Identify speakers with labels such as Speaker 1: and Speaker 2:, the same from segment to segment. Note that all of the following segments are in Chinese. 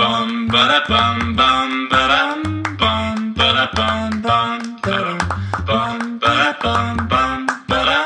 Speaker 1: bum ba da bum bum ba dum bum ba da bum bum ba dum bum ba da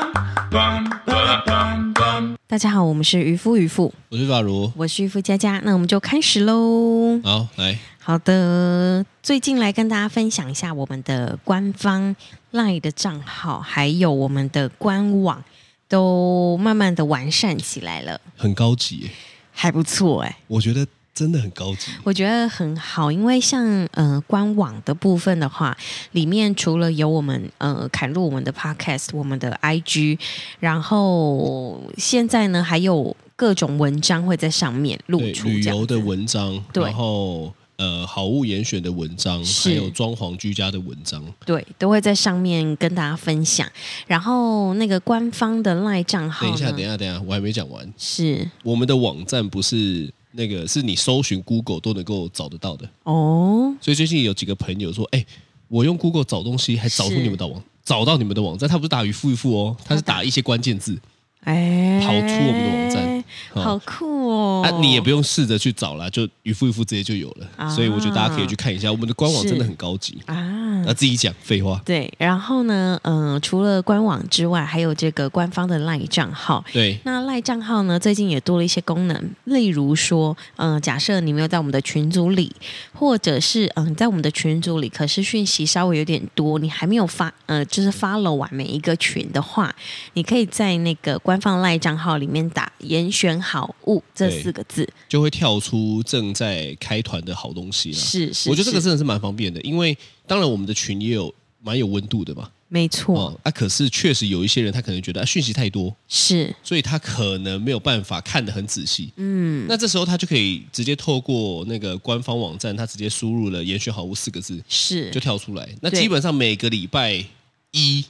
Speaker 1: bum bum ba dum bum ba da bum bum
Speaker 2: 大家好，我们是渔夫渔妇，
Speaker 3: 我是法如，
Speaker 2: 我是渔夫佳佳，那我们就开始喽。
Speaker 3: 好来，
Speaker 2: 好的，最近来跟大家分享一下我们的官方 LINE 的账号，还有我们的官网，都慢慢的完善起来了，
Speaker 3: 很高级耶，
Speaker 2: 还不错哎、
Speaker 3: 我觉得真的很高级。
Speaker 2: 我觉得很好，因为像呃官网的部分的话，里面除了有我们呃砍入我们的 podcast、我们的 IG，然后现在呢还有各种文章会在上面露
Speaker 3: 对，
Speaker 2: 出，
Speaker 3: 旅
Speaker 2: 这
Speaker 3: 游
Speaker 2: 样
Speaker 3: 的
Speaker 2: 子
Speaker 3: 文章，
Speaker 2: 对
Speaker 3: 然后呃，好物严选的文章，
Speaker 2: 是
Speaker 3: 还有装潢居家的文章，
Speaker 2: 对都会在上面跟大家分享。然后那个官方的赖账号
Speaker 3: 等
Speaker 2: 呢，
Speaker 3: 一下，等一下，等一下，我还没讲完。
Speaker 2: 是
Speaker 3: 我们的网站不是那个，是你搜寻 Google 都能够找得到的。
Speaker 2: 哦，
Speaker 3: 所以最近有几个朋友说，哎、我用 Google 找东西，还找出
Speaker 2: 是
Speaker 3: 你们的网，找到你们的网站。他不是打渔夫渔夫哦，他是打一些关键字。
Speaker 2: 哎，
Speaker 3: 跑出我们的网站，哦
Speaker 2: 好酷哦！
Speaker 3: 啊，你也不用试着去找啦，就渔夫渔夫直接就有了。
Speaker 2: 啊
Speaker 3: 所以我觉得大家可以去看一下，我们的官网
Speaker 2: 是
Speaker 3: 真的很高级。
Speaker 2: 啊
Speaker 3: 那、，自己讲废话，
Speaker 2: 对，然后呢，嗯、除了官网之外，还有这个官方的赖账号。
Speaker 3: 对，
Speaker 2: 那赖账号呢，最近也多了一些功能，例如说，嗯、假设你没有在我们的群组里，或者是嗯、在我们的群组里，可是讯息稍微有点多，你还没有发，呃，就是 follow 完每一个群的话，你可以在那个官方赖账号里面打“严选好物”这
Speaker 3: 对
Speaker 2: 四个字，
Speaker 3: 就会跳出正在开团的好东西啦。
Speaker 2: 是是，
Speaker 3: 我觉得这个
Speaker 2: 是
Speaker 3: 真的是蛮方便的，因为当然我们的群也有蛮有温度的嘛。
Speaker 2: 没错，
Speaker 3: 哦，啊，可是确实有一些人他可能觉得啊讯息太多，
Speaker 2: 是
Speaker 3: 所以他可能没有办法看得很仔细。嗯，那这时候他就可以直接透过那个官方网站，他直接输入了“严选好物”四个字，
Speaker 2: 是
Speaker 3: 就，跳出来。那
Speaker 2: 对
Speaker 3: 基本上每个礼拜一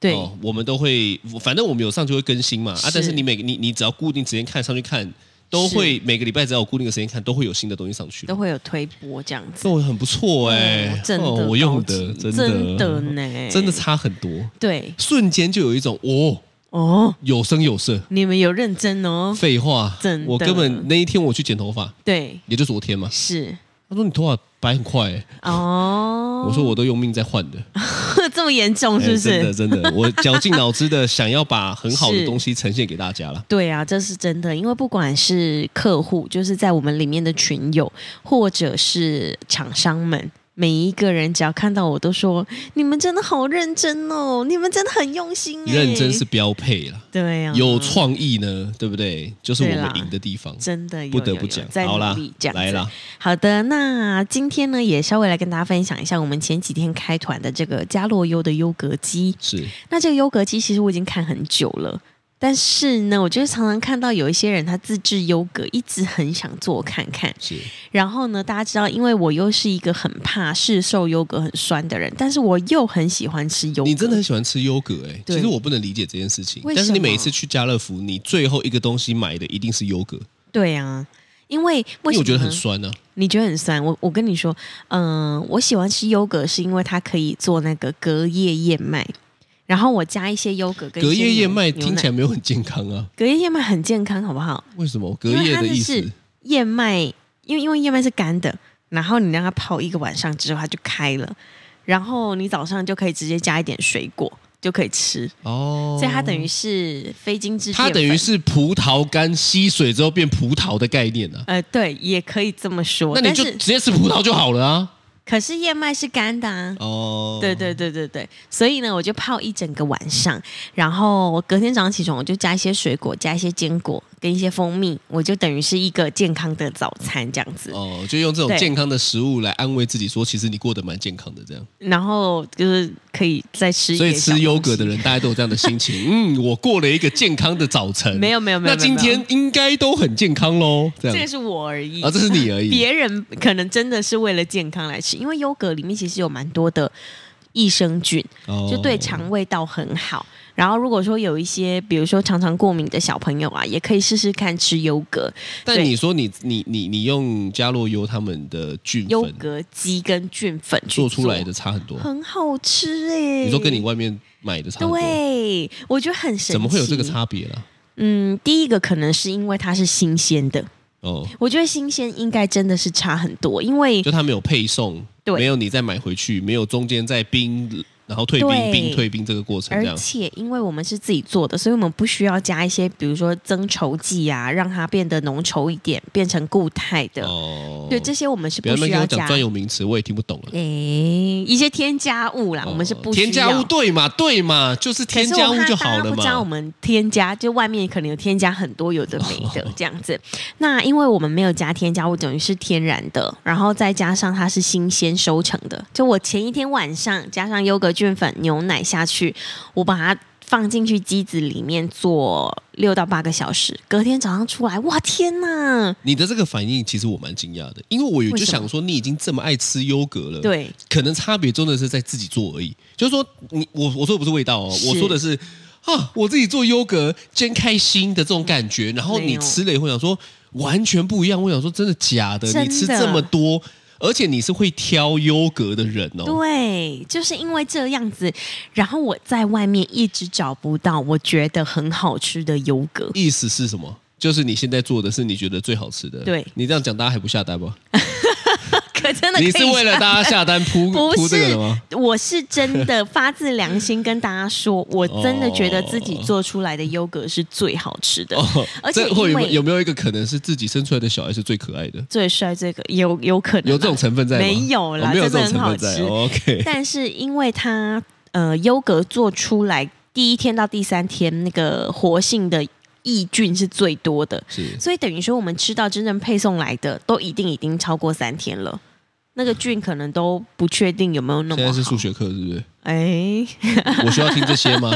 Speaker 2: 对、
Speaker 3: 哦，我们都会，反正我们有上就会更新嘛啊
Speaker 2: 是。
Speaker 3: 但是你每个你你只要固定时间看上去看，都会每个礼拜只要有固定的时间看，都会有新的东西上去。哦
Speaker 2: 都会有推播这样子。
Speaker 3: 这我很不错哎、
Speaker 2: 哦真的、
Speaker 3: 哦我用的
Speaker 2: 真
Speaker 3: 的
Speaker 2: 的呢，
Speaker 3: 真的差很多，
Speaker 2: 对
Speaker 3: 瞬间就有一种哦
Speaker 2: 哦，
Speaker 3: 有声有色。
Speaker 2: 你们有认真哦，
Speaker 3: 废话，
Speaker 2: 真的
Speaker 3: 我根本那一天我去剪头发，
Speaker 2: 对，
Speaker 3: 也就昨天嘛。
Speaker 2: 是
Speaker 3: 他说你头发白很快、欸，
Speaker 2: 哦，
Speaker 3: 我说我都用命在换的，
Speaker 2: 这么严重
Speaker 3: 哎
Speaker 2: 是不是？
Speaker 3: 真的真的，我绞尽脑汁的想要把很 好
Speaker 2: 是
Speaker 3: 的东西呈现给大家了。
Speaker 2: 对啊，这是真的，因为不管是客户，就是在我们里面的群友，或者是厂商们，每一个人只要看到我都说，你们真的好认真哦，你们真的很用心、欸，
Speaker 3: 认真是标配啦，
Speaker 2: 对啊，
Speaker 3: 有创意呢，对不对？就是我
Speaker 2: 对啦
Speaker 3: 们赢的地方，
Speaker 2: 真的有
Speaker 3: 不得
Speaker 2: 有
Speaker 3: 不
Speaker 2: 有
Speaker 3: 讲。
Speaker 2: 在
Speaker 3: 好
Speaker 2: 努
Speaker 3: 啦
Speaker 2: 力这，样子
Speaker 3: 来啦，
Speaker 2: 好的，那今天呢，也稍微来跟大家分享一下我们前几天开团的这个加洛优的优格机。
Speaker 3: 是
Speaker 2: 那这个优格机其实我已经看很久了，但是呢，我就是常常看到有一些人他自制优格，一直很想做看看。
Speaker 3: 是，
Speaker 2: 然后呢，大家知道，因为我又是一个很怕市售优格很酸的人，但是我又很喜欢吃优格。
Speaker 3: 你真的很喜欢吃优格哎，
Speaker 2: 对
Speaker 3: 其实我不能理解这件事情
Speaker 2: 为。
Speaker 3: 但是
Speaker 2: 什
Speaker 3: 你
Speaker 2: 么
Speaker 3: 每一次去家乐福，你最后一个东西买的一定是优格，
Speaker 2: 对啊，因为
Speaker 3: 因
Speaker 2: 为什么
Speaker 3: 为我觉得很
Speaker 2: 呢
Speaker 3: 酸啊。
Speaker 2: 你觉得很酸？我我跟你说，嗯、我喜欢吃优格是因为它可以做那个隔夜燕麦，然后我加一些优格跟
Speaker 3: 隔夜燕麦听起
Speaker 2: 来，
Speaker 3: 来没有很健康啊，
Speaker 2: 隔夜燕麦很健康，好不好？
Speaker 3: 为什么？隔
Speaker 2: 因为
Speaker 3: 夜
Speaker 2: 它
Speaker 3: 的
Speaker 2: 那
Speaker 3: 意
Speaker 2: 是
Speaker 3: 思
Speaker 2: 燕麦，因为因为燕麦是干的，然后你让它泡一个晚上之后，它就开了，然后你早上就可以直接加一点水果就可以吃，
Speaker 3: 哦，
Speaker 2: 所以它等于是非精致淀粉，
Speaker 3: 它等于是葡萄干吸水之后变葡萄的概念啊。
Speaker 2: 呃对，也可以这么说，
Speaker 3: 那你就
Speaker 2: 但是
Speaker 3: 直接吃葡萄就好了啊。
Speaker 2: 可是燕麦是干的啊，
Speaker 3: 哦，
Speaker 2: 对对对对对，所以呢，我就泡一整个晚上，然后我隔天早上起床，我就加一些水果，加一些坚果跟一些蜂蜜，我就等于是一个健康的早餐这样子。
Speaker 3: 哦，就用这种
Speaker 2: 对
Speaker 3: 健康的食物来安慰自己，说其实你过得蛮健康的这样。
Speaker 2: 然后就是可以再吃一
Speaker 3: 所
Speaker 2: 点
Speaker 3: 以
Speaker 2: 小东西，
Speaker 3: 吃优格的人，大家都有这样的心 情。嗯，我过了一个健康的早晨。
Speaker 2: 没有没有没有，
Speaker 3: 那今
Speaker 2: 没有没
Speaker 3: 天应该都很健康喽。这
Speaker 2: 有这个
Speaker 3: 样
Speaker 2: 是我而已。
Speaker 3: 啊，这是你而已。
Speaker 2: 别人可能真的是为了健康来吃，因为优格里面其实有蛮多的益生菌，
Speaker 3: 哦
Speaker 2: 就对肠胃道很好。然后如果说有一些，比如说常常过敏的小朋友啊，也可以试试看吃优格。
Speaker 3: 但
Speaker 2: 对
Speaker 3: 你说你你你你用加洛优他们的菌
Speaker 2: 优
Speaker 3: 粉
Speaker 2: 格鸡跟菌粉去
Speaker 3: 做出来的差很多。
Speaker 2: 很好吃哎、
Speaker 3: 你说跟你外面买的差很多，
Speaker 2: 对，我觉得很神奇。
Speaker 3: 怎么会有这个？差别啦？
Speaker 2: 嗯，第一个可能是因为它是新鲜的，
Speaker 3: 哦，
Speaker 2: 我觉得新鲜应该真的是差很多，因为
Speaker 3: 就它没有配送，
Speaker 2: 对
Speaker 3: 没有你再买回去，没有中间再冰，然后退
Speaker 2: 对
Speaker 3: 冰、冰退冰这个过程这
Speaker 2: 而
Speaker 3: 样。
Speaker 2: 且因为我们是自己做的，所以我们不需要加一些，比如说增稠剂啊，让它变得浓稠一点，变成固态的。
Speaker 3: 哦，
Speaker 2: 对，这些我们是
Speaker 3: 不要
Speaker 2: 不
Speaker 3: 那
Speaker 2: 需
Speaker 3: 边跟我
Speaker 2: 加
Speaker 3: 讲。专有名词，我也听不懂了。
Speaker 2: 诶，一些添加物啊啦，我们是不
Speaker 3: 哦
Speaker 2: 需要。
Speaker 3: 添加物，对嘛？对嘛？就是
Speaker 2: 可
Speaker 3: 添
Speaker 2: 是
Speaker 3: 加
Speaker 2: 我
Speaker 3: 物
Speaker 2: 怕大
Speaker 3: 就好
Speaker 2: 家
Speaker 3: 了
Speaker 2: 不知道我
Speaker 3: 嘛。
Speaker 2: 们添加，就外面可能有添加很多有的没的这样子。那因为我们没有加添加物，等于是天然的，然后再加上它是新鲜收成的。就我前一天晚上加上优格菌粉、牛奶下去，我把它放进去机子里面做六到八个小时，隔天早上出来，哇天呐！
Speaker 3: 你的这个反应其实我蛮惊讶的，因为我
Speaker 2: 为
Speaker 3: 就
Speaker 2: 什么
Speaker 3: 想说你已经这么爱吃优格了，，
Speaker 2: 对，
Speaker 3: 可能差别真的是在自己做而已。就是说你我我说的不是味道哦，
Speaker 2: 是
Speaker 3: 我说的是啊，我自己做优格真开心的这种感觉。然后
Speaker 2: 没
Speaker 3: 你
Speaker 2: 有
Speaker 3: 吃了以后想说完全不一样，我想说真的假的？
Speaker 2: 真的
Speaker 3: 你吃这么多，而且你是会挑优格的人哦。
Speaker 2: 对，就是因为这样子，然后我在外面一直找不到我觉得很好吃的优格。
Speaker 3: 意思是什么？就是你现在做的是你觉得最好吃的，
Speaker 2: 对
Speaker 3: 你这样讲大家还不下单吗？
Speaker 2: 可真的可以
Speaker 3: 你是为了
Speaker 2: 想
Speaker 3: 大家下单 铺
Speaker 2: 不
Speaker 3: 铺这个
Speaker 2: 是
Speaker 3: 的吗？，
Speaker 2: 我是真的发自良心跟大家 说，我真的觉得自己做出来的优格是最好吃的，
Speaker 3: 哦，
Speaker 2: 而且
Speaker 3: 这会
Speaker 2: 因
Speaker 3: 有没
Speaker 2: 为
Speaker 3: 有有没有一个可能是自己生出来的小孩是最可爱的？
Speaker 2: 最帅这个有有可能啊
Speaker 3: 有这 种
Speaker 2: 啦
Speaker 3: 成分在吗？
Speaker 2: 没有啦
Speaker 3: 哦没有这
Speaker 2: 真
Speaker 3: 种
Speaker 2: 的很
Speaker 3: 成
Speaker 2: 好
Speaker 3: 分
Speaker 2: 吃
Speaker 3: 在。哦 OK，
Speaker 2: 但是因为它呃优格做出来第一天到第三天那个活性的抑菌是最多的，
Speaker 3: 是
Speaker 2: 所以等于说我们吃到真正配送来的都一定已经超过三天了。那个菌可能都不确定有没有那
Speaker 3: 现在
Speaker 2: 么
Speaker 3: 是
Speaker 2: 好
Speaker 3: 数，学课是不是？
Speaker 2: 哎，
Speaker 3: 我需要听这些 吗？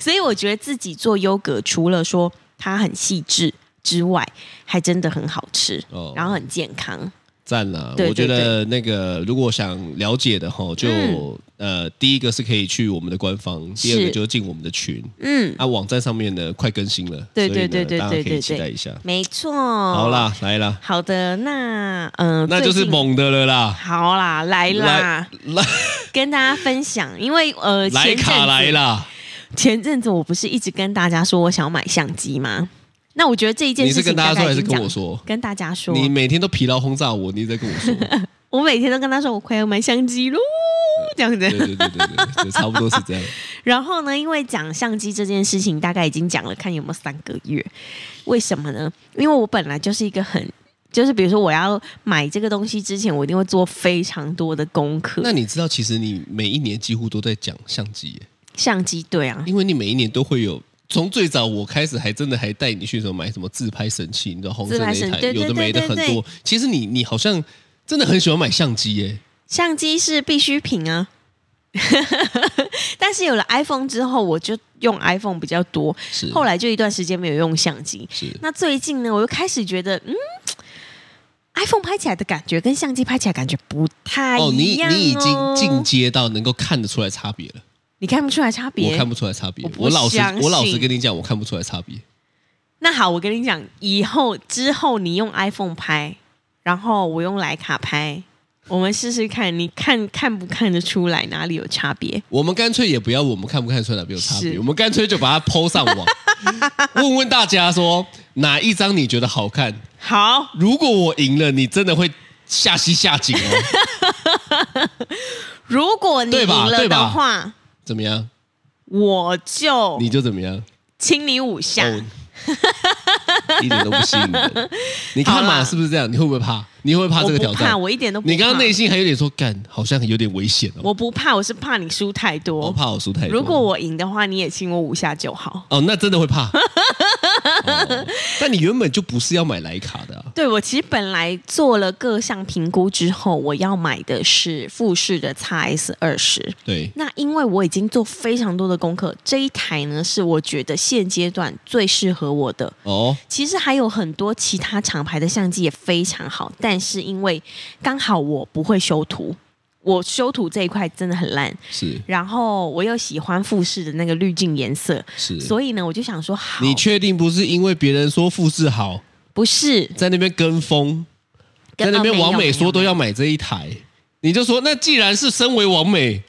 Speaker 2: 所以我觉得自己做优格，除了说它很细致之外，还真的很好吃，
Speaker 3: 哦
Speaker 2: 然后很健康。
Speaker 3: 赞啦！
Speaker 2: 对
Speaker 3: 我觉
Speaker 2: 对
Speaker 3: 得那个如果想了解的哈，就
Speaker 2: 嗯
Speaker 3: 呃第一个是可以去我们的官方，第二
Speaker 2: 是
Speaker 3: 个就是进我们的群。
Speaker 2: 嗯，
Speaker 3: 啊，网站上面呢快更新了，
Speaker 2: 对
Speaker 3: 所以呢
Speaker 2: 对对对
Speaker 3: 大家
Speaker 2: 对
Speaker 3: 可
Speaker 2: 对
Speaker 3: 以期待
Speaker 2: 对
Speaker 3: 一下。
Speaker 2: 没错。
Speaker 3: 好
Speaker 2: 好，
Speaker 3: 啦，来啦，
Speaker 2: 好的，那嗯、呃
Speaker 3: 那就是
Speaker 2: 最近
Speaker 3: 猛的了啦，
Speaker 2: 好啦，来啦，
Speaker 3: 来
Speaker 2: 跟大家分享，因为呃，
Speaker 3: 来
Speaker 2: 前阵
Speaker 3: 卡
Speaker 2: 子
Speaker 3: 来啦，
Speaker 2: 前阵子我不是一直跟大家说我想要买相机吗？那我觉得这一件
Speaker 3: 你
Speaker 2: 事
Speaker 3: 是
Speaker 2: 情
Speaker 3: 跟大家说
Speaker 2: 概
Speaker 3: 还
Speaker 2: 已
Speaker 3: 是
Speaker 2: 经
Speaker 3: 跟我
Speaker 2: 讲？
Speaker 3: 说？
Speaker 2: 跟大家说，
Speaker 3: 你每天都疲劳轰炸我，你在跟我说，
Speaker 2: 我每天都跟他说我快要买相机喽，这样子
Speaker 3: 对。对对对对，对差不多是这样。
Speaker 2: 然后呢，因为讲相机这件事情，大概已经讲了，看有没有三个月。为什么呢？因为我本来就是一个很，就是比如说我要买这个东西之前，我一定会做非常多的功课。
Speaker 3: 那你知道，其实你每一年几乎都在讲相机耶，
Speaker 2: 相机对啊，
Speaker 3: 因为你每一年都会有。从最早我开始，还真的还带你去什么买什么自拍神器，你知道红色那一
Speaker 2: 自拍
Speaker 3: 台
Speaker 2: 神对对
Speaker 3: 有的没的
Speaker 2: 对
Speaker 3: 很
Speaker 2: 对
Speaker 3: 多。其实你你好像真的很喜欢买相机耶，
Speaker 2: 相机是必需品啊。 但是有了 iPhone 之后，我就用 iPhone 比较多。
Speaker 3: 是
Speaker 2: 后来就一段时间没有用相机。
Speaker 3: 是
Speaker 2: 那最近呢，我又开始觉得，嗯，iPhone 拍起来的感觉跟相机拍起来感觉不太
Speaker 3: 哦，
Speaker 2: 一
Speaker 3: 你
Speaker 2: 样、
Speaker 3: 你已经进阶到能够看得出来差别了，
Speaker 2: 你看不出来差别。
Speaker 3: 我看不出来差别
Speaker 2: 我。不
Speaker 3: 我老实
Speaker 2: 相信
Speaker 3: 我老实跟你讲，我看不出来差别。
Speaker 2: 那好，我跟你讲，以后之后你用 iPhone 拍，然后我用徕卡拍，我们试试看，你看看不看得出来哪里有差别？
Speaker 3: 我们干脆也不要我们看不看得出来哪边有差别，
Speaker 2: 是
Speaker 3: 我们干脆就把它抛上 网，问问大家说哪一张你觉得好看？
Speaker 2: 好，
Speaker 3: 如果我赢了，你真的会下西下井哦？
Speaker 2: 如果你
Speaker 3: 对
Speaker 2: 赢
Speaker 3: 吧
Speaker 2: 了
Speaker 3: 对吧
Speaker 2: 的话，
Speaker 3: 怎 么样？
Speaker 2: 我就
Speaker 3: 你就怎么样？
Speaker 2: 亲你五下。
Speaker 3: 哦，一点都不吸引 人。你看
Speaker 2: 好
Speaker 3: 嘛，
Speaker 2: 啦
Speaker 3: 是不是这样？你会不会怕？你会不会怕
Speaker 2: 我
Speaker 3: 这个挑
Speaker 2: 不
Speaker 3: 战
Speaker 2: 怕，？我一点都不怕。
Speaker 3: 你刚刚内心还有点说，干，好像有点危险哦。
Speaker 2: 我不怕，我是怕你输太
Speaker 3: 我
Speaker 2: 多。
Speaker 3: 怕我输太多。
Speaker 2: 如果我赢的话，你也亲我五下就好。
Speaker 3: 哦，那真的会 怕。哦但你原本就不是要买徕卡的啊、
Speaker 2: 对我其实本来做了各项评估之后，我要买的是富士的 x S 二十。
Speaker 3: 对，
Speaker 2: 那因为我已经做非常多的功课，这一台呢是我觉得现阶段最适合我的。
Speaker 3: 哦，
Speaker 2: 其实还有很多其他厂牌的相机也非常好，但是因为刚好我不会修图，我修图这一块真的很烂，
Speaker 3: 是
Speaker 2: 然后我又喜欢富士的那个滤镜颜色，
Speaker 3: 是。
Speaker 2: 所以呢，我就想说好，
Speaker 3: 你确定不是因为别人说富士好，
Speaker 2: 不是
Speaker 3: 在那边跟风，
Speaker 2: 跟
Speaker 3: 在那边
Speaker 2: 王
Speaker 3: 王美说都要买这一台，你就说那既然是身为王美，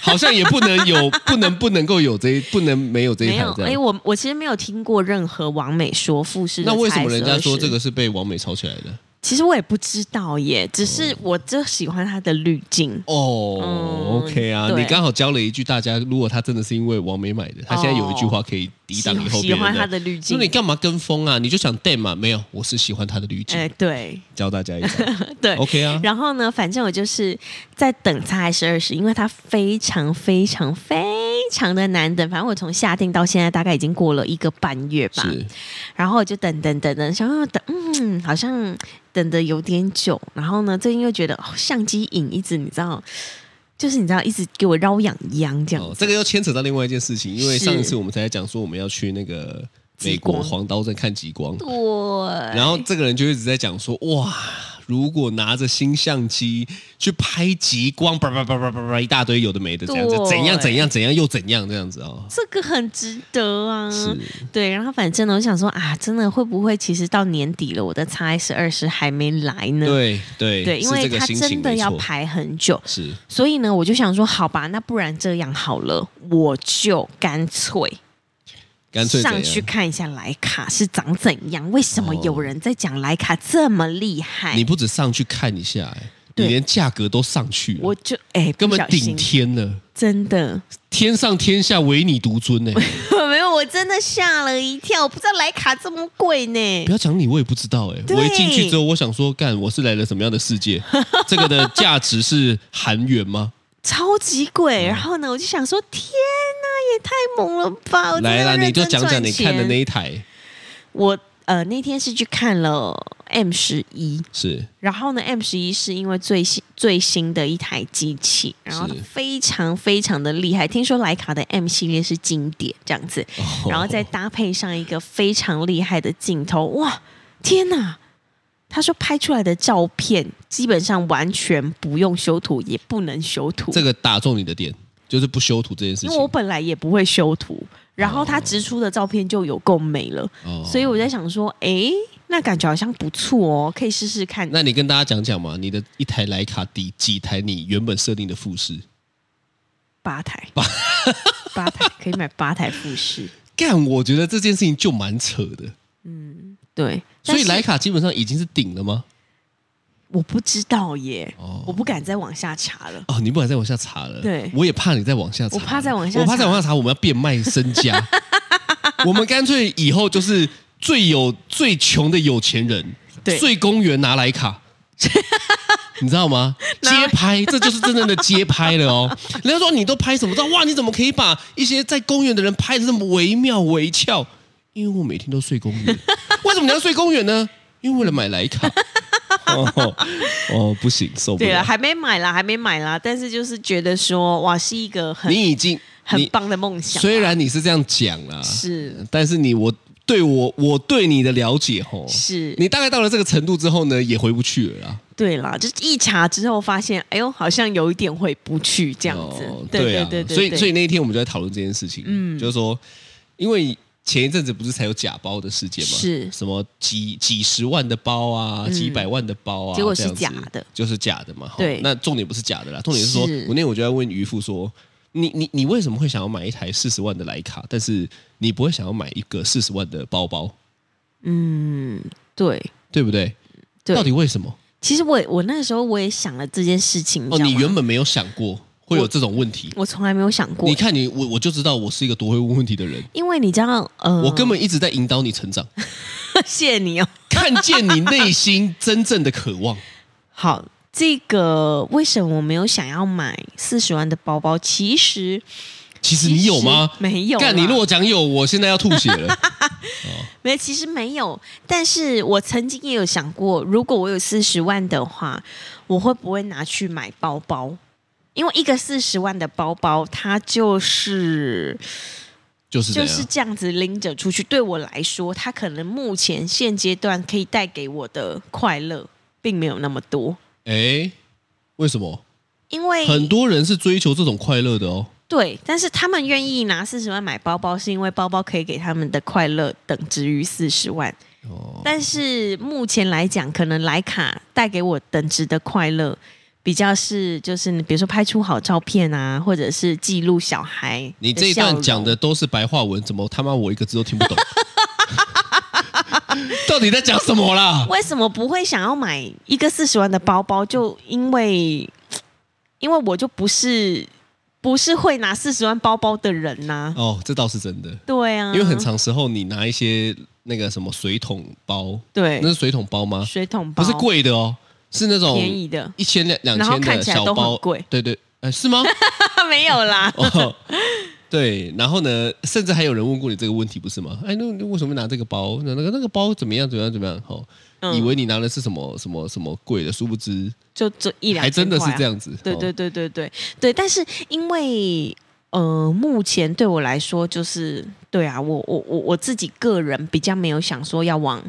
Speaker 3: 好像也不能有，不能不能够有这一，不能没有这一
Speaker 2: 没
Speaker 3: 台
Speaker 2: 有，
Speaker 3: 这
Speaker 2: 哎，
Speaker 3: 样。
Speaker 2: 我我其实没有听过任何王美说富士的
Speaker 3: 那为什
Speaker 2: 蔡
Speaker 3: 么人家
Speaker 2: 泽
Speaker 3: 说
Speaker 2: 是
Speaker 3: 这个是被王美抄起来的？
Speaker 2: 其实我也不知道耶，只是我就喜欢它的滤镜。
Speaker 3: 哦、
Speaker 2: 嗯
Speaker 3: o k 啊，
Speaker 2: 对
Speaker 3: 你刚好教了一句大家，如果他真的是因为王美买的，他现在有一句话可以抵挡以
Speaker 2: 喜
Speaker 3: 后别
Speaker 2: 喜
Speaker 3: 人
Speaker 2: 欢他的滤
Speaker 3: 说
Speaker 2: 镜
Speaker 3: 你，干嘛跟风啊？你就想 d 嘛？没有，我是喜欢他的滤镜，
Speaker 2: 哎，对
Speaker 3: 教大家一 招
Speaker 2: 对。
Speaker 3: ，OK 啊。
Speaker 2: 然后呢，反正我就是在等它还是二十，因为它非常非常非常的难等。反正我从下定到现在，大概已经过了一个半月吧。
Speaker 3: 是，
Speaker 2: 然后我就等等等等，想要等，嗯，好像等的有点久。然后呢，最近又觉得、哦、相机影一直你知道，就是你知道一直给我挠痒痒这样子。
Speaker 3: 哦，这个又牵扯到另外一件事情，因为
Speaker 2: 是
Speaker 3: 上一次我们才在讲说我们要去那个美
Speaker 2: 极
Speaker 3: 国
Speaker 2: 光
Speaker 3: 黄刀镇看极光，
Speaker 2: 对，
Speaker 3: 然后这个人就一直在讲说，哇，如果拿着新相机去拍极光，叭叭叭叭叭叭一大堆有的没的，这样子
Speaker 2: 对
Speaker 3: 怎样怎样怎样又怎样这样子哦，
Speaker 2: 这个很值得啊。
Speaker 3: 是
Speaker 2: 对，然后反正呢，我想说啊，真的会不会其实到年底了，我的 x S 二十还没来呢？
Speaker 3: 对对
Speaker 2: 对，因
Speaker 3: 是
Speaker 2: 为
Speaker 3: 这个
Speaker 2: 它
Speaker 3: 心情
Speaker 2: 真的
Speaker 3: 没
Speaker 2: 要
Speaker 3: 错
Speaker 2: 排很久，
Speaker 3: 是
Speaker 2: 所以呢，我就想说，好吧，那不然这样好了，我就干脆
Speaker 3: 干脆怎
Speaker 2: 上去
Speaker 3: 样？
Speaker 2: 看一下莱卡是长怎样。为什么
Speaker 3: 哦
Speaker 2: 有人在讲莱卡这么厉害？
Speaker 3: 你不止上去看一下、哎你
Speaker 2: 对
Speaker 3: 连价格都上去了，
Speaker 2: 我就哎，
Speaker 3: 根
Speaker 2: 不
Speaker 3: 本
Speaker 2: 小心
Speaker 3: 顶天了，
Speaker 2: 真的
Speaker 3: 天上天下唯你独尊呢、哎
Speaker 2: 没有，我真的吓了一跳，我不知道莱卡这么贵呢
Speaker 3: 不。要讲你，我也不知道哎、
Speaker 2: 对
Speaker 3: 我一进去之后，我想说，干，我是来了什么样的世 界？这个的价值是韩元吗？
Speaker 2: 超级
Speaker 3: 嗯
Speaker 2: 贵。然后呢，我就想说，天呐，也太猛了吧！我真的
Speaker 3: 来
Speaker 2: 要
Speaker 3: 啦，
Speaker 2: 哦认
Speaker 3: 你就
Speaker 2: 真
Speaker 3: 讲讲
Speaker 2: 赚
Speaker 3: 你看的
Speaker 2: 钱
Speaker 3: 那一台
Speaker 2: 我呃那天是去看了 M 十一，
Speaker 3: 是
Speaker 2: 然后呢 M 十一是因为最新最新的一台机器，然后
Speaker 3: 是
Speaker 2: 非常非常的厉害。听说莱卡的 M 系列是经典这样子，
Speaker 3: 哦
Speaker 2: 然后再搭配上一个非常厉害的镜头，哇，天呐！他说拍出来的照片基本上完全不用修图，也不能修图。
Speaker 3: 这个打中你的点，就是不修图这件事
Speaker 2: 因
Speaker 3: 情。
Speaker 2: 为我本来也不会修图，然后他直出的照片就有够美了，
Speaker 3: 哦
Speaker 2: 所以我在想说，诶，那感觉好像不错哦，可以试试看。
Speaker 3: 那你跟大家讲讲嘛，你的一台徕卡抵几台你原本设定的富士？
Speaker 2: 八 台，八台可以买八台富士，
Speaker 3: 干，我觉得这件事情就蛮扯的。
Speaker 2: 对，
Speaker 3: 所以
Speaker 2: 但
Speaker 3: 徕
Speaker 2: 是
Speaker 3: 卡基本上已经是顶了吗？
Speaker 2: 我不知道耶，
Speaker 3: 哦
Speaker 2: 我不敢再往下查了。
Speaker 3: 哦，你不敢再往下查了。
Speaker 2: 对
Speaker 3: 我也怕你再往下查，
Speaker 2: 我怕再往下查
Speaker 3: 我怕再往下查，我们要变卖 身家。我们干脆以后就是最有最穷的有钱人，
Speaker 2: 对
Speaker 3: 最公园拿 来卡。你知道吗？街拍，这就是真正的街拍了哦。人家说你都拍什么照？哇，你怎么可以把一些在公园的人拍的这么惟妙惟肖？因为我每天都睡 公园。为什么你要睡公园呢？因为为了买莱卡。哦哦，不行，受不了。
Speaker 2: 对了，啊还没买啦，还没买啦，但是就是觉得说，哇，是一个很
Speaker 3: 你已经
Speaker 2: 很
Speaker 3: 你
Speaker 2: 棒的梦想啊。
Speaker 3: 虽然你是这样讲啦，
Speaker 2: 是
Speaker 3: 但是你我对我我对你的了解吼，
Speaker 2: 是
Speaker 3: 你大概到了这个程度之后呢，也回不去了啦。
Speaker 2: 对啦，就是一查之后发现，哎呦，好像有一点回不去这
Speaker 3: 这
Speaker 2: 样子。
Speaker 3: 对
Speaker 2: 对
Speaker 3: 啊
Speaker 2: 对对，
Speaker 3: 所以
Speaker 2: 对
Speaker 3: 所以那一天我们就在讨论这件事情，嗯，就是说，因为前一阵子不是才有假包的事件嘛，
Speaker 2: 是嗯
Speaker 3: 什么几几十万的包啊，几百万的包啊，
Speaker 2: 结果是
Speaker 3: 这样子
Speaker 2: 假的
Speaker 3: 就是假的嘛。吼
Speaker 2: 对
Speaker 3: 那重点不是假的啦，重点是说，
Speaker 2: 是
Speaker 3: 我那天我就在问渔夫说。你你你为什么会想要买一台四十万的徕卡，但是你不会想要买一个四十万的包包？
Speaker 2: 嗯，对。
Speaker 3: 对不对？
Speaker 2: 对
Speaker 3: 到底为什么？
Speaker 2: 其实我我那时候我也想了这件事情，
Speaker 3: 哦，
Speaker 2: 知道
Speaker 3: 你
Speaker 2: 吗
Speaker 3: 原本没有想过会有
Speaker 2: 我
Speaker 3: 这种问题。
Speaker 2: 我从来没有想过
Speaker 3: 你，看你，我我就知道我是一个多会问问题的人，
Speaker 2: 因为你知道，呃，
Speaker 3: 我根本一直在引导你成长，
Speaker 2: 谢谢你哦。
Speaker 3: 看见你内心真正的渴望。
Speaker 2: 好，这个为什么我没有想要买四十万的包包？其实
Speaker 3: 其实你有吗
Speaker 2: 其？实没有啦，
Speaker 3: 干你如果讲有，我现在要吐血了。
Speaker 2: 没，其实没有。但是我曾经也有想过，如果我有四十万的话，我会不会拿去买包包？因为一个四十万的包包，它就是
Speaker 3: 就是这
Speaker 2: 就
Speaker 3: 样，
Speaker 2: 是这样子拎着出去。对我来说，它可能目前现阶段可以带给我的快乐，并没有那么多。
Speaker 3: 哎，为什么
Speaker 2: 因为
Speaker 3: 很多人是追求这种快乐的哦？
Speaker 2: 对，但是他们愿意拿四十万买包包，是因为包包可以给他们的快乐等值于四十万。
Speaker 3: 哦，
Speaker 2: 但是目前来讲，可能莱卡带给我等值的快乐，比较是就是你比如说拍出好照片啊，或者是记录小孩。
Speaker 3: 你这一段讲的，都是白话文，怎么他妈我一个字都 听不懂？到底在讲什么 啦？
Speaker 2: 为什么不会想要买一个四十万的包包？就因为因为我就不是不是会拿四十万包包的人呐、
Speaker 3: 哦，这倒是真的，
Speaker 2: 对啊，
Speaker 3: 因为很长时候你拿一些那个什么水桶包，
Speaker 2: 对
Speaker 3: 那是水桶包吗？
Speaker 2: 水桶包
Speaker 3: 不是贵的哦，是那种
Speaker 2: 便宜的，
Speaker 3: 一千两两
Speaker 2: 然后
Speaker 3: 千
Speaker 2: 看
Speaker 3: 的
Speaker 2: 起来
Speaker 3: 小
Speaker 2: 都很
Speaker 3: 包，
Speaker 2: 贵
Speaker 3: 对对，呃，是吗？
Speaker 2: 没有啦。
Speaker 3: 哦，对，然后呢，甚至还有人问过你这个问题，不是吗？哎，那那为什么拿这个包？那那个那个包怎么样？怎么样？怎么样？哦，
Speaker 2: 嗯
Speaker 3: 以为你拿的是什么什么什么贵的，殊不知
Speaker 2: 就这一两、啊
Speaker 3: 还真的是这
Speaker 2: 样。
Speaker 3: 样子。
Speaker 2: 对
Speaker 3: 哦
Speaker 2: 对，对对对对，但是因为呃，目前对我来说就是对啊，我我我我自己个人比较没有想说要往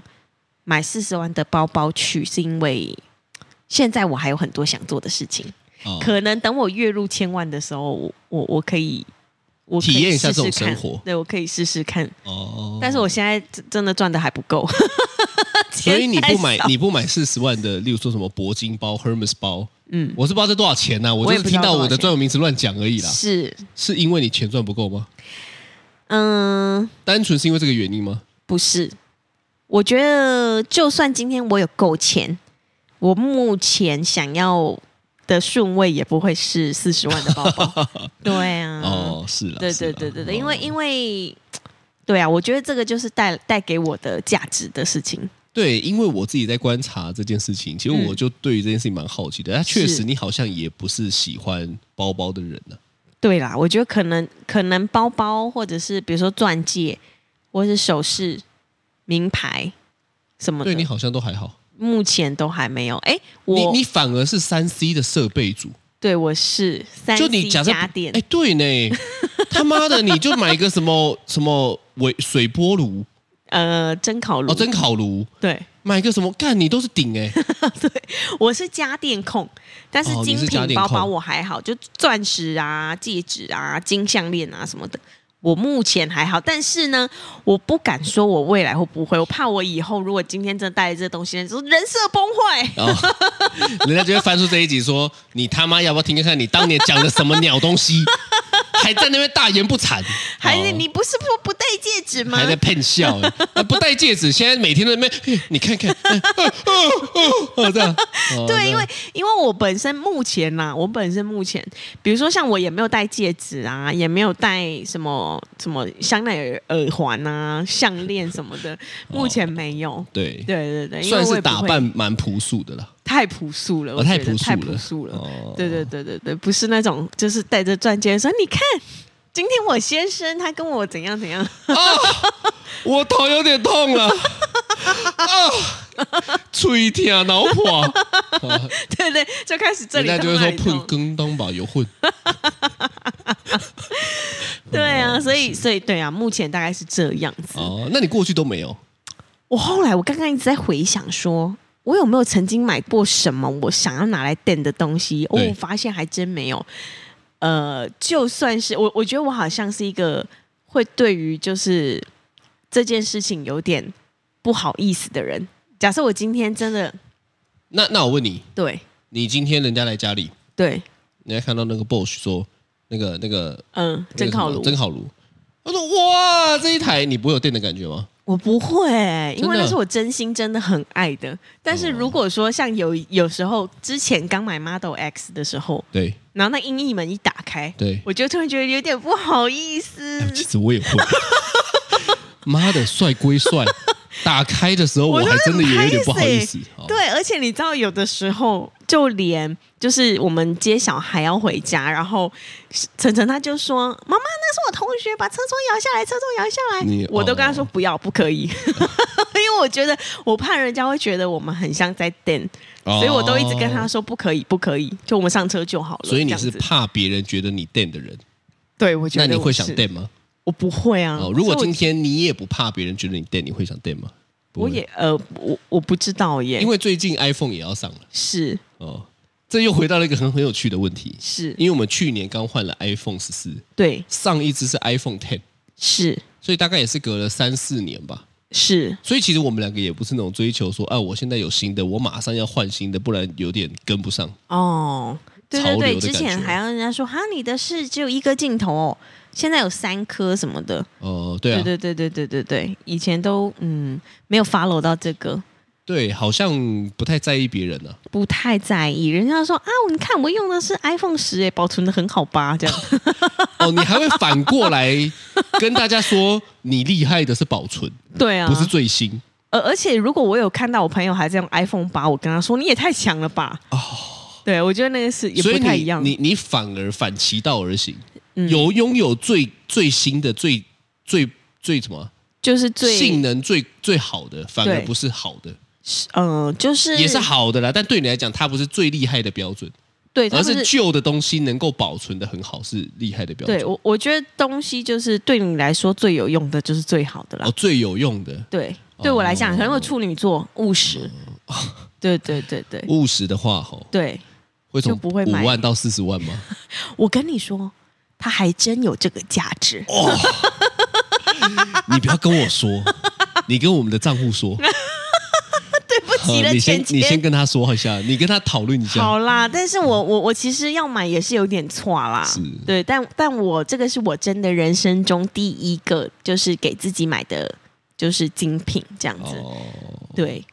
Speaker 2: 买四十万的包包去，是因为现在我还有很多想做的事情，
Speaker 3: 哦
Speaker 2: 可能等我月入千万的时候，我我我可以。我可以
Speaker 3: 体验一下
Speaker 2: 试试
Speaker 3: 这种生
Speaker 2: 看
Speaker 3: 活
Speaker 2: 对我可以试试看，
Speaker 3: 哦，
Speaker 2: 但是我现在真真的赚的还不够，
Speaker 3: 所以你
Speaker 2: 钱太
Speaker 3: 不买
Speaker 2: 少
Speaker 3: 你不买四十万的，例如说什么铂金包、Hermes 包，
Speaker 2: 嗯
Speaker 3: 我是不知道这多少钱呐、
Speaker 2: 我
Speaker 3: 我就
Speaker 2: 也
Speaker 3: 是
Speaker 2: 不知
Speaker 3: 听
Speaker 2: 道
Speaker 3: 到我
Speaker 2: 多少
Speaker 3: 的
Speaker 2: 钱
Speaker 3: 专有名词乱讲而已啦。
Speaker 2: 是
Speaker 3: 是因为你钱赚不够吗？
Speaker 2: 嗯，
Speaker 3: 单纯是因为这个原因吗？
Speaker 2: 不是，我觉得就算今天我有够钱，我目前想要的顺位也不会是四十万的包 包。对啊，
Speaker 3: 哦，是啦，
Speaker 2: 对
Speaker 3: 是
Speaker 2: 对
Speaker 3: 啦
Speaker 2: 对对对，因
Speaker 3: 哦
Speaker 2: 为因为对啊，我觉得这个就是带带给我的价值的事情。
Speaker 3: 对，因为我自己在观察这件事情，其实
Speaker 2: 嗯
Speaker 3: 我就对于这件事情蛮好奇的。但确
Speaker 2: 是
Speaker 3: 实，你好像也不是喜欢包包的人啊呢、
Speaker 2: 对啦，我觉得可能可能包包或者是比如说钻戒，或是首饰、名牌什么
Speaker 3: 对你
Speaker 2: 的，
Speaker 3: 好像都还好，
Speaker 2: 目前都还没有。哎，
Speaker 3: 你
Speaker 2: 嗯我
Speaker 3: 你反而是三 C 的设备组，
Speaker 2: 对我是三
Speaker 3: 就你
Speaker 2: C
Speaker 3: 假设
Speaker 2: 家电
Speaker 3: 哎，，对呢，他妈的，你就买一个什么什么微水波炉
Speaker 2: 呃，蒸烤炉
Speaker 3: 哦，蒸烤炉，
Speaker 2: 对，
Speaker 3: 买一个什么干，你都是顶哎、
Speaker 2: 我是家电控，但是
Speaker 3: 哦你
Speaker 2: 精
Speaker 3: 是家
Speaker 2: 品
Speaker 3: 电
Speaker 2: 包包
Speaker 3: 控
Speaker 2: 我还好，就钻石啊、戒指啊、金项链啊什么的，我目前还好。但是呢，我不敢说我未来会不会，我怕我以后如果今天真的带着这东西，就是人设崩坏。
Speaker 3: 然后人家就会翻出这一集说，你他妈要不要听听看你当年讲的什么鸟东西，还在那边大言不惭，
Speaker 2: 还是
Speaker 3: 哦
Speaker 2: 你不是说不戴戒指吗
Speaker 3: 还？在骗笑、欸啊不戴戒指，现在每天都在那边，哎你看看，哎哦哦哦哦，这样，哦这
Speaker 2: 对，
Speaker 3: 样
Speaker 2: 因为因为我本身目前呐、我本身目前，比如说像我也没有戴戒指啊，也没有戴什么什么香奈儿耳环啊、项链什么 的，目前没有。
Speaker 3: 哦对
Speaker 2: 对对对，因为
Speaker 3: 算
Speaker 2: 我也
Speaker 3: 是
Speaker 2: 不
Speaker 3: 打
Speaker 2: 会
Speaker 3: 扮蛮朴素的啦，
Speaker 2: 太朴素了，
Speaker 3: 哦
Speaker 2: 我觉
Speaker 3: 太
Speaker 2: 得
Speaker 3: 朴素
Speaker 2: 太
Speaker 3: 了
Speaker 2: 朴素了。
Speaker 3: 哦
Speaker 2: 对对对对对，不是那种就是带着钻戒说你看。今天我先生他跟我怎样怎样，
Speaker 3: 我头有点痛了，啊，吹痛脑破，啊
Speaker 2: 对对，就开始这里
Speaker 3: 人家就
Speaker 2: 痛那
Speaker 3: 会说
Speaker 2: 里
Speaker 3: 碰
Speaker 2: 痛
Speaker 3: 跟当吧有混，
Speaker 2: 对啊，所以所以对啊，目前大概是这样子。
Speaker 3: 哦，那你过去都没有，
Speaker 2: 我后来我刚刚一直在回想说。我有没有曾经买过什么我想要拿来垫的东西？哦，
Speaker 3: 对
Speaker 2: 我发现还真没有。呃，就算是我，我觉得我好像是一个会对于就是这件事情有点不好意思的人。假设我今天真的
Speaker 3: 那那我问你，
Speaker 2: 对
Speaker 3: 你今天人家来家里，
Speaker 2: 对
Speaker 3: 人家看到那个 Bosch 说那个那个
Speaker 2: 嗯
Speaker 3: 那
Speaker 2: 蒸
Speaker 3: 个什么
Speaker 2: 烤炉，
Speaker 3: 蒸烤炉，他说哇这一台你不会有电的感觉吗？
Speaker 2: 我不会、因为
Speaker 3: 真的哦
Speaker 2: 那是我真心真的很爱的。但是如果说像有有时候之前刚买 Model X 的时候，
Speaker 3: 对
Speaker 2: 然后那音译门一打开，
Speaker 3: 对。
Speaker 2: 我就突然觉得有点不好意思
Speaker 3: 哎。其实我也会。 妈的，帅归帅，打开的时候我还真的有一点不好意思。哦，
Speaker 2: 对，而且你知道，有的时候就连就是我们接小孩要回家，然后晨晨他就说：“妈妈，那是我同学把车窗摇下来，车窗摇下
Speaker 3: 你
Speaker 2: 来。”我都跟他说：“
Speaker 3: 哦
Speaker 2: 不要，不可以。” 因为我觉得我怕人家会觉得我们很像在等，所以我都一直跟他
Speaker 3: 哦。
Speaker 2: 说：“不可以，不可以，就我们上车就好了。”
Speaker 3: 所以
Speaker 2: 这
Speaker 3: 你
Speaker 2: 样
Speaker 3: 是
Speaker 2: 子
Speaker 3: 怕别人觉得你电的人，
Speaker 2: 对我觉
Speaker 3: 那
Speaker 2: 得
Speaker 3: 你
Speaker 2: 我
Speaker 3: 会想
Speaker 2: 是
Speaker 3: 电吗？
Speaker 2: 我不会啊。
Speaker 3: 哦，如果
Speaker 2: 所以我
Speaker 3: 今天你也不怕别人觉得你电，你会想电吗？不
Speaker 2: 我
Speaker 3: 会
Speaker 2: 也呃，我我不知道耶，
Speaker 3: 因为最近 iPhone 也要上了
Speaker 2: 是
Speaker 3: 哦，这又回到了一个很很有趣的问题，
Speaker 2: 是，
Speaker 3: 因为我们去年刚换了 iPhone 十四，
Speaker 2: 对
Speaker 3: 上一只是 iPhone Ten，
Speaker 2: 是，
Speaker 3: 所以大概也是隔了三四年吧。
Speaker 2: 是
Speaker 3: 所以其实我们两个也不是那种追求说，哎、啊，我现在有新的，我马上要换新的，不然有点跟不上。
Speaker 2: 哦，对对
Speaker 3: 潮流
Speaker 2: 对，
Speaker 3: 的
Speaker 2: 之前
Speaker 3: 感觉
Speaker 2: 还让人家说哈，你的是只有一个镜头哦，现在有三颗什么的，
Speaker 3: 哦、对啊，
Speaker 2: 对对对对对对对，以前都嗯没有 follow 到这个，
Speaker 3: 对好像不太在意别人啊。
Speaker 2: 不太在意。人家说啊，你看我用的是 iPhone 十，哎，保存的很好吧？ 这样
Speaker 3: 哦，你还会反过来跟大家说，你厉害的是保存，
Speaker 2: 对 啊
Speaker 3: 不，是最新。
Speaker 2: 而而且如果我有看到我朋友还在用 iPhone 八，我跟他说你也太强了吧？哦，对，我觉得那个是也
Speaker 3: 所以
Speaker 2: 不太
Speaker 3: 你
Speaker 2: 一样。嗯
Speaker 3: 你你反而反其道而行，有拥有最最新的、最最最什么啊
Speaker 2: 就是最
Speaker 3: 性能最最好的，反而
Speaker 2: 对
Speaker 3: 不是好的，
Speaker 2: 嗯、就是
Speaker 3: 也是好的啦。但对你来讲，它不是最厉害的标准，
Speaker 2: 对，他
Speaker 3: 而
Speaker 2: 们
Speaker 3: 是
Speaker 2: 是
Speaker 3: 旧的东西能够保存的很好是厉害的标准
Speaker 2: 对。我我觉得东西就是对你来说最有用的就是最好的啦。
Speaker 3: 哦，最有用的
Speaker 2: 对，对我来讲，可能我处女座务实，
Speaker 3: 哦
Speaker 2: 对对对对
Speaker 3: 务实的话，吼，
Speaker 2: 对，
Speaker 3: 会从
Speaker 2: 就不会
Speaker 3: 五
Speaker 2: 买
Speaker 3: 万到四十万吗？
Speaker 2: 我跟你说，它还真有这个价值。
Speaker 3: 哦你不要跟我说，你跟我们的账户说，
Speaker 2: 对不起
Speaker 3: 呃
Speaker 2: 了，
Speaker 3: 你
Speaker 2: 钱
Speaker 3: 先你先
Speaker 2: 钱。
Speaker 3: 跟他说一下，你跟他讨论一下。
Speaker 2: 好啦，但是我我我其实要买也是有点错啦，对，但但我这个是我真的人生中第一个就是给自己买的，就是精品这样子，
Speaker 3: 哦，
Speaker 2: 对，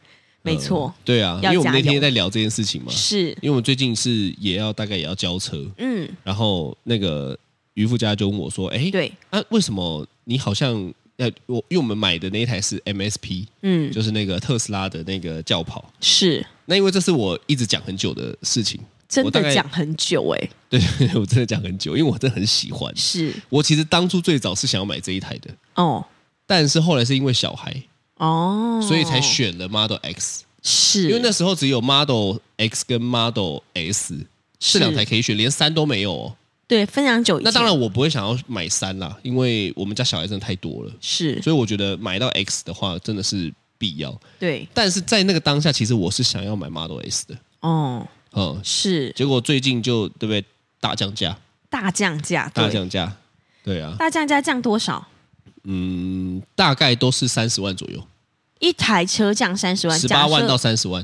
Speaker 2: 没错，
Speaker 3: 呃对啊，因
Speaker 2: 要
Speaker 3: 为我们那
Speaker 2: 加
Speaker 3: 天
Speaker 2: 油
Speaker 3: 在聊这件事情嘛，
Speaker 2: 是，
Speaker 3: 因为我们最近是也要大概也要交车，
Speaker 2: 嗯，
Speaker 3: 然后那个渔夫家就问我说：“哎，
Speaker 2: 对，
Speaker 3: 啊，为什么你好像要我？因为我们买的那一台是 MSP，
Speaker 2: 嗯，
Speaker 3: 就是那个特斯拉的那个轿跑。
Speaker 2: 是
Speaker 3: 那因为这是我一直讲很久的事情，
Speaker 2: 真
Speaker 3: 我大概
Speaker 2: 的讲很久哎、欸
Speaker 3: 对我真的讲很久，因为我真的很喜欢。
Speaker 2: 是
Speaker 3: 我其实当初最早是想要买这一台的，
Speaker 2: 哦
Speaker 3: 但是后来是因为小孩，
Speaker 2: 哦，
Speaker 3: 所以才选了 Model X。
Speaker 2: 是，
Speaker 3: 因为那时候只有 Model X 跟 Model S 这两台可以选，连三都没有、哦。
Speaker 2: 对非常久以前，
Speaker 3: 那当然，我不会想要买三啦，因为我们家小孩真的太多了，
Speaker 2: 是
Speaker 3: 所以我觉得买到 X 的话真的是必要。
Speaker 2: 对
Speaker 3: 但是在那个当下，其实我是想要买 Model S 的，
Speaker 2: 哦，
Speaker 3: 嗯，
Speaker 2: 是
Speaker 3: 结果最近就对不对大降价，
Speaker 2: 大降价，对
Speaker 3: 大降价，对啊，
Speaker 2: 大降价降多少？
Speaker 3: 嗯，大概都是三十万左右，
Speaker 2: 一台车降三十万，
Speaker 3: 十八
Speaker 2: 嗯假
Speaker 3: 万
Speaker 2: 设
Speaker 3: 到三十万，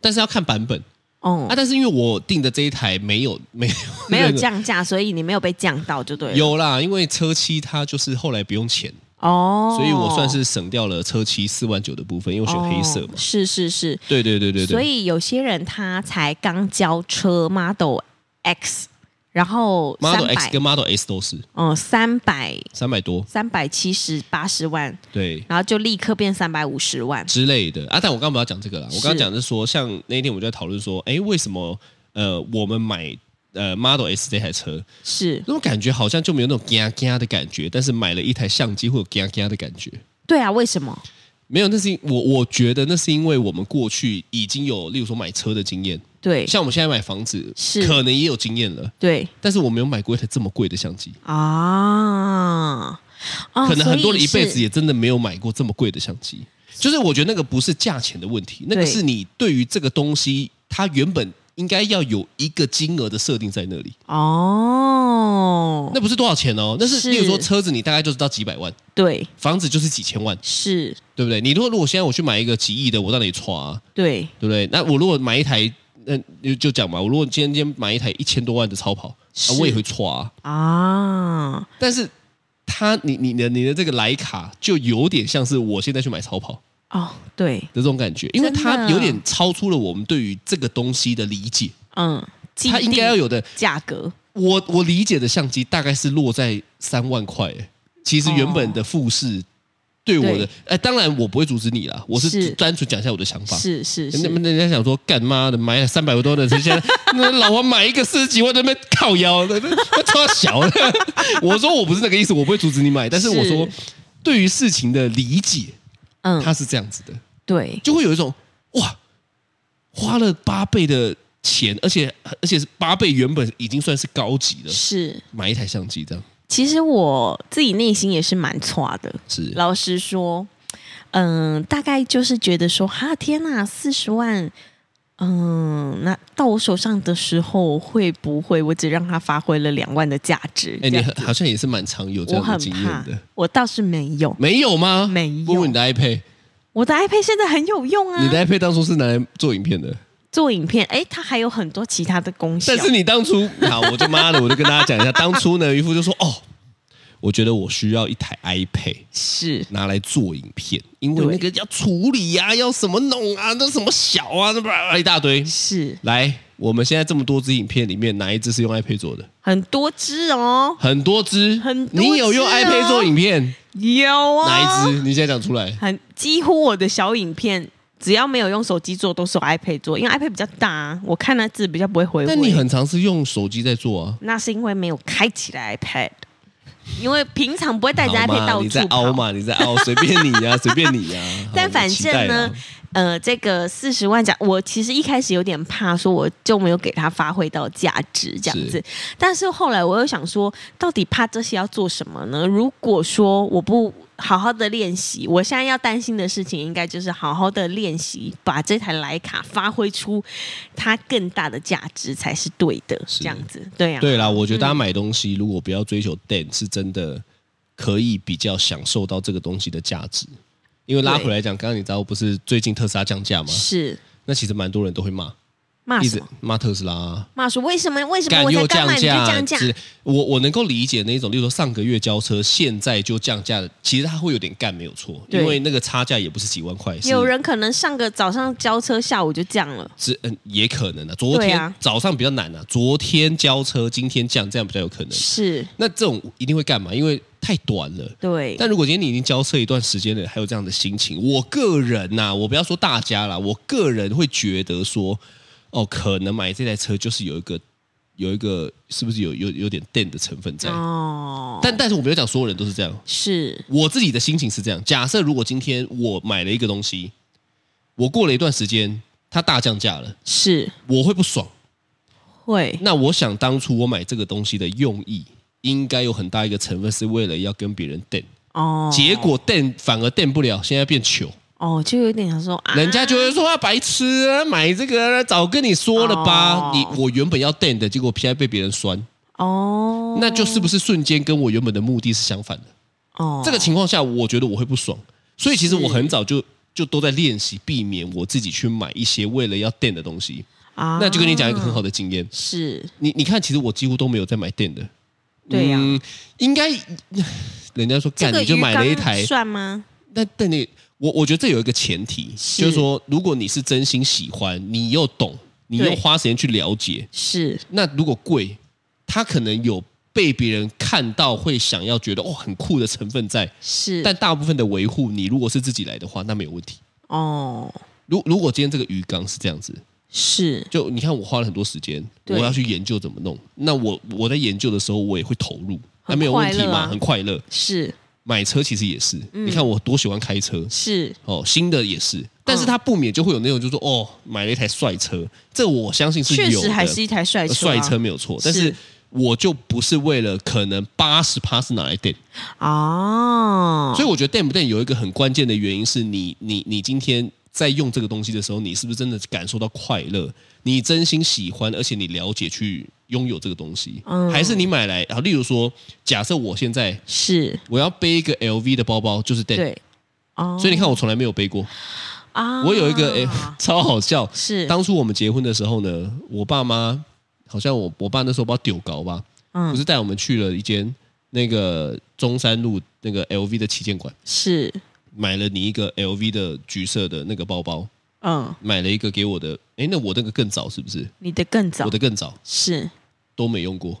Speaker 3: 但是要看版本
Speaker 2: 哦
Speaker 3: 啊。，但是因为我订的这一台没有没有
Speaker 2: 没有
Speaker 3: 那个
Speaker 2: 降价，所以你没有被降到就对了。
Speaker 3: 有啦，因为车漆它就是后来不用钱，
Speaker 2: 哦，
Speaker 3: 所以我算是省掉了车漆四万九的部分，因为我选黑色嘛
Speaker 2: 哦。是是是，
Speaker 3: 对对对对对，
Speaker 2: 所以有些人他才刚交车 Model X，然后
Speaker 3: Model
Speaker 2: 300
Speaker 3: X 跟 Model S 都是
Speaker 2: 嗯三百
Speaker 3: 三百多，
Speaker 2: 三百七十八十万，
Speaker 3: 对
Speaker 2: 然后就立刻变三百五十万。
Speaker 3: 之类的啊。但我刚刚不要讲这个啦，我刚刚
Speaker 2: 是
Speaker 3: 讲的是说，像那天我们就在讨论说，哎，为什么呃我们买呃 Model S 这台车，
Speaker 2: 是
Speaker 3: 那种感觉好像就没有那种嘎嘎的感觉，但是买了一台相机会有嘎嘎的感觉。
Speaker 2: 对啊，为什么？
Speaker 3: 没有，那是因我我觉得那是因为我们过去已经有，例如说买车的经验，
Speaker 2: 对
Speaker 3: 像我们现在买房子，
Speaker 2: 是
Speaker 3: 可能也有经验了，
Speaker 2: 对
Speaker 3: 但是我没有买过一台这么贵的相机，
Speaker 2: 啊，哦
Speaker 3: 可能很多人一辈
Speaker 2: 所以
Speaker 3: 子
Speaker 2: 是
Speaker 3: 也真的没有买过这么贵的相机。就是我觉得那个不是价钱的问题，那个
Speaker 2: 对
Speaker 3: 是你对于这个东西，它原本应该要有一个金额的设定在那里，
Speaker 2: 哦，
Speaker 3: 那不是多少钱哦，那是
Speaker 2: 是
Speaker 3: 例如说车子，你大概就知道几百万，
Speaker 2: 对
Speaker 3: 房子就是几千万，
Speaker 2: 是，
Speaker 3: 对不对？你如果如果现在我去买一个几亿的，我到底刷、啊，
Speaker 2: 对
Speaker 3: 对不对？那我如果买一台，那就就讲嘛，我如果今天今天买一台一千多万的超跑，啊
Speaker 2: 是、
Speaker 3: 我也会刷、啊。
Speaker 2: 啊，
Speaker 3: 但是它，你你的你的这个徕卡就有点像是我现在去买超跑的
Speaker 2: 哦，对，
Speaker 3: 这种感觉，因为
Speaker 2: 真
Speaker 3: 它
Speaker 2: 的
Speaker 3: 有点超出了我们对于这个东西的理解。
Speaker 2: 嗯，既
Speaker 3: 它应该
Speaker 2: 定
Speaker 3: 要有的，
Speaker 2: 价格
Speaker 3: 我我理解的相机大概是落在三万块、欸其实原本的富士对我的
Speaker 2: 对，
Speaker 3: 哎，当然我不会阻止你啦，我是
Speaker 2: 哦是
Speaker 3: 单纯讲一下我的想法。
Speaker 2: 是是
Speaker 3: 那
Speaker 2: 是，
Speaker 3: 那人家想说，干妈的买三百多的，这些 那老王买一个四十几万，在那边靠腰，那那那超小的。 我说我不是那个意思，我不会阻止你买，但是我说
Speaker 2: 是
Speaker 3: 对于事情的理解，
Speaker 2: 嗯，
Speaker 3: 它是这样子的，
Speaker 2: 对
Speaker 3: 就会有一种哇，花了八倍的钱，而且而且是八倍原本已经算是高级了，
Speaker 2: 是。
Speaker 3: 买一台相机这样
Speaker 2: 其实我自己内心也是蛮差的，
Speaker 3: 是
Speaker 2: 老实说，嗯，大概就是觉得说，哈天呐，四十万，嗯，那到我手上的时候，会不会我只让它发挥了两万的价值？
Speaker 3: 哎，
Speaker 2: 这
Speaker 3: 你
Speaker 2: 样
Speaker 3: 很好像也是蛮常有这
Speaker 2: 我
Speaker 3: 样的
Speaker 2: 很
Speaker 3: 经验
Speaker 2: 怕
Speaker 3: 的，，
Speaker 2: 我倒是没有，
Speaker 3: 没有吗？
Speaker 2: 没有
Speaker 3: 问问你的 iPad，
Speaker 2: 我的 iPad 现在很有用啊
Speaker 3: 你，的 iPad 当初是拿来做影片的，
Speaker 2: 做影片，哎，它还有很多其他的功效
Speaker 3: 但。是你当 初，好，我就妈的，我就跟大家讲一下，当初呢，渔夫就说，哦，我觉得我需要一台 iPad
Speaker 2: 是
Speaker 3: 拿来做影片，因为
Speaker 2: 对
Speaker 3: 那个要处理呀、要什么弄啊，那什么小啊，那吧一大堆。
Speaker 2: 是
Speaker 3: 来，我们现在这么多支影片里面，哪一支是用 iPad 做的？
Speaker 2: 很多只哦，
Speaker 3: 很多支，
Speaker 2: 很多支
Speaker 3: 你有用
Speaker 2: 哦
Speaker 3: iPad 做影片？
Speaker 2: 有啊、
Speaker 3: 哪一支？你现在讲出来。
Speaker 2: 很几乎我的小影片，只要没有用手机做，都是用 iPad 做，因为 iPad 比较大、啊，我看那字比较不会回味。
Speaker 3: 但你很常是用手机在做啊。
Speaker 2: 那是因为没有开起来 iPad，因为平常不会带着
Speaker 3: 好
Speaker 2: iPad
Speaker 3: 嘛，
Speaker 2: 到
Speaker 3: 你在
Speaker 2: 处
Speaker 3: 凹
Speaker 2: 跑。
Speaker 3: 嘛，你在 凹，随便你呀、随便你呀、啊好
Speaker 2: 但反
Speaker 3: 我期待
Speaker 2: 正呢
Speaker 3: 啦，
Speaker 2: 呃，这个四十万奖，我其实一开始有点怕，说我就没有给它发挥到价值这样子
Speaker 3: 是。
Speaker 2: 但是后来我又想说，到底怕这些要做什么呢？如果说我不好好的练习，我现在要担心的事情，应该就是好好的练习，把这台徕卡发挥出它更大的价值才是对的。
Speaker 3: 是
Speaker 2: 这样子，对呀、啊，
Speaker 3: 对啦，我觉得大家买东西，如果不要追求
Speaker 2: 嗯
Speaker 3: den，是真的可以比较享受到这个东西的价值。因为拉
Speaker 2: 对
Speaker 3: 回来讲，刚刚你知道不是最近特斯拉降价吗？
Speaker 2: 是
Speaker 3: 那其实蛮多人都会骂，
Speaker 2: 骂
Speaker 3: 一
Speaker 2: 什
Speaker 3: 直
Speaker 2: 么？
Speaker 3: 骂特斯拉啊，
Speaker 2: 骂说为什么为什么
Speaker 3: 干
Speaker 2: 我才
Speaker 3: 又
Speaker 2: 刚买你
Speaker 3: 降
Speaker 2: 就
Speaker 3: 价
Speaker 2: 降价？
Speaker 3: 之我我能够理解那种，例如说上个月交车，现在就降价的，其实它会有点干，没有错，
Speaker 2: 对
Speaker 3: 因为那个差价也不是几万块，是
Speaker 2: 有人可能上个早上交车，下午就降了。
Speaker 3: 是嗯，也可能啊。昨
Speaker 2: 对
Speaker 3: 天、
Speaker 2: 啊
Speaker 3: 早上比较难啊，昨天交车，今天降，这样比较有可能。
Speaker 2: 是，
Speaker 3: 那这种一定会干嘛？因为太短了。
Speaker 2: 对，
Speaker 3: 但如果今天你已经交车一段时间了，还有这样的心情，我个人呐、我不要说大家啦，我个人会觉得说，哦，可能买这台车就是有一个有一个是不是有有有点 den 的成分在？
Speaker 2: 哦，
Speaker 3: 但但是我没有讲所有人都是这样，
Speaker 2: 是
Speaker 3: 我自己的心情是这样。假设如果今天我买了一个东西，我过了一段时间它大降价了，
Speaker 2: 是
Speaker 3: 我会不爽。
Speaker 2: 会
Speaker 3: 那我想当初我买这个东西的用意，应该有很大一个成分是为了要跟别人 den。
Speaker 2: 哦，
Speaker 3: 结果垫反而垫不了，现在变糗，
Speaker 2: 哦，就有点想说啊，
Speaker 3: 人家就会说啊白痴啊，买这个早跟你说了吧，
Speaker 2: 哦
Speaker 3: 你我原本要垫的，结果现在被别人酸，
Speaker 2: 哦，
Speaker 3: 那就是不是瞬间跟我原本的目的是相反的？
Speaker 2: 哦，
Speaker 3: 这个情况下，我觉得我会不爽，所以其
Speaker 2: 是
Speaker 3: 实我很早就就都在练习避免我自己去买一些为了要垫的东西。
Speaker 2: 啊，
Speaker 3: 那就跟你讲一个很好的经验，
Speaker 2: 是
Speaker 3: 你你看，其实我几乎都没有在买垫的，
Speaker 2: 对呀
Speaker 3: 嗯，应该 人家说
Speaker 2: 这
Speaker 3: 干
Speaker 2: 个
Speaker 3: 你就
Speaker 2: 鱼
Speaker 3: 买了一
Speaker 2: 缸
Speaker 3: 台
Speaker 2: 算吗？
Speaker 3: 但但你，我我觉得这有一个前提，
Speaker 2: 是
Speaker 3: 就是说，如果你是真心喜欢，你又懂，你又
Speaker 2: 对
Speaker 3: 花时间去了解，
Speaker 2: 是
Speaker 3: 那如果贵，它可能有被别人看到会想要觉得哦很酷的成分在，
Speaker 2: 是，
Speaker 3: 但大部分的维护，你如果是自己来的话，那没有问题。
Speaker 2: 哦
Speaker 3: 如如果今天这个鱼缸是这样子，
Speaker 2: 是
Speaker 3: 就你看我花了很多时间，我
Speaker 2: 对
Speaker 3: 要去研究怎么弄，那我我在研究的时候我也会投入，那
Speaker 2: 很
Speaker 3: 没有问题
Speaker 2: 快乐嗯
Speaker 3: 嘛，
Speaker 2: 啊
Speaker 3: 很快乐。
Speaker 2: 是
Speaker 3: 买车其实也是，你看我多喜欢开车，
Speaker 2: 是
Speaker 3: 哦，新的也是，但
Speaker 2: 嗯
Speaker 3: 是他不免就会有那种，就是说哦，买了一台帅车，这我相信是有
Speaker 2: 确
Speaker 3: 的，
Speaker 2: 实还是一台帅
Speaker 3: 呃
Speaker 2: 车啊，
Speaker 3: 帅车没有错，但是
Speaker 2: 是
Speaker 3: 我就不是为了可能八十趴是拿来垫，
Speaker 2: 哦，
Speaker 3: 所以我觉得垫不垫有一个很关键的原因是你你你今天。在用这个东西的时候，你是不是真的感受到快乐？你真心喜欢，而且你了解去拥有这个东西，
Speaker 2: 嗯
Speaker 3: 还是你买来？然后，例如说，假设我现在
Speaker 2: 是
Speaker 3: 我要背一个 LV 的包包，就是垫，
Speaker 2: 对哦，
Speaker 3: 所以你看我从来没有背过。
Speaker 2: 啊，
Speaker 3: 我有一个哎、超好笑。
Speaker 2: 是
Speaker 3: 当初我们结婚的时候呢，我爸妈好像我我爸那时候不知道丢高吧，
Speaker 2: 嗯
Speaker 3: 不是带我们去了一间那个中山路那个 LV 的旗舰馆，
Speaker 2: 是
Speaker 3: 买了你一个 LV 的橘色的那个包包，
Speaker 2: 嗯，
Speaker 3: 买了一个给我的，哎，那我那个更早是不是？
Speaker 2: 你的更早
Speaker 3: 我的更早
Speaker 2: 是
Speaker 3: 都没用过，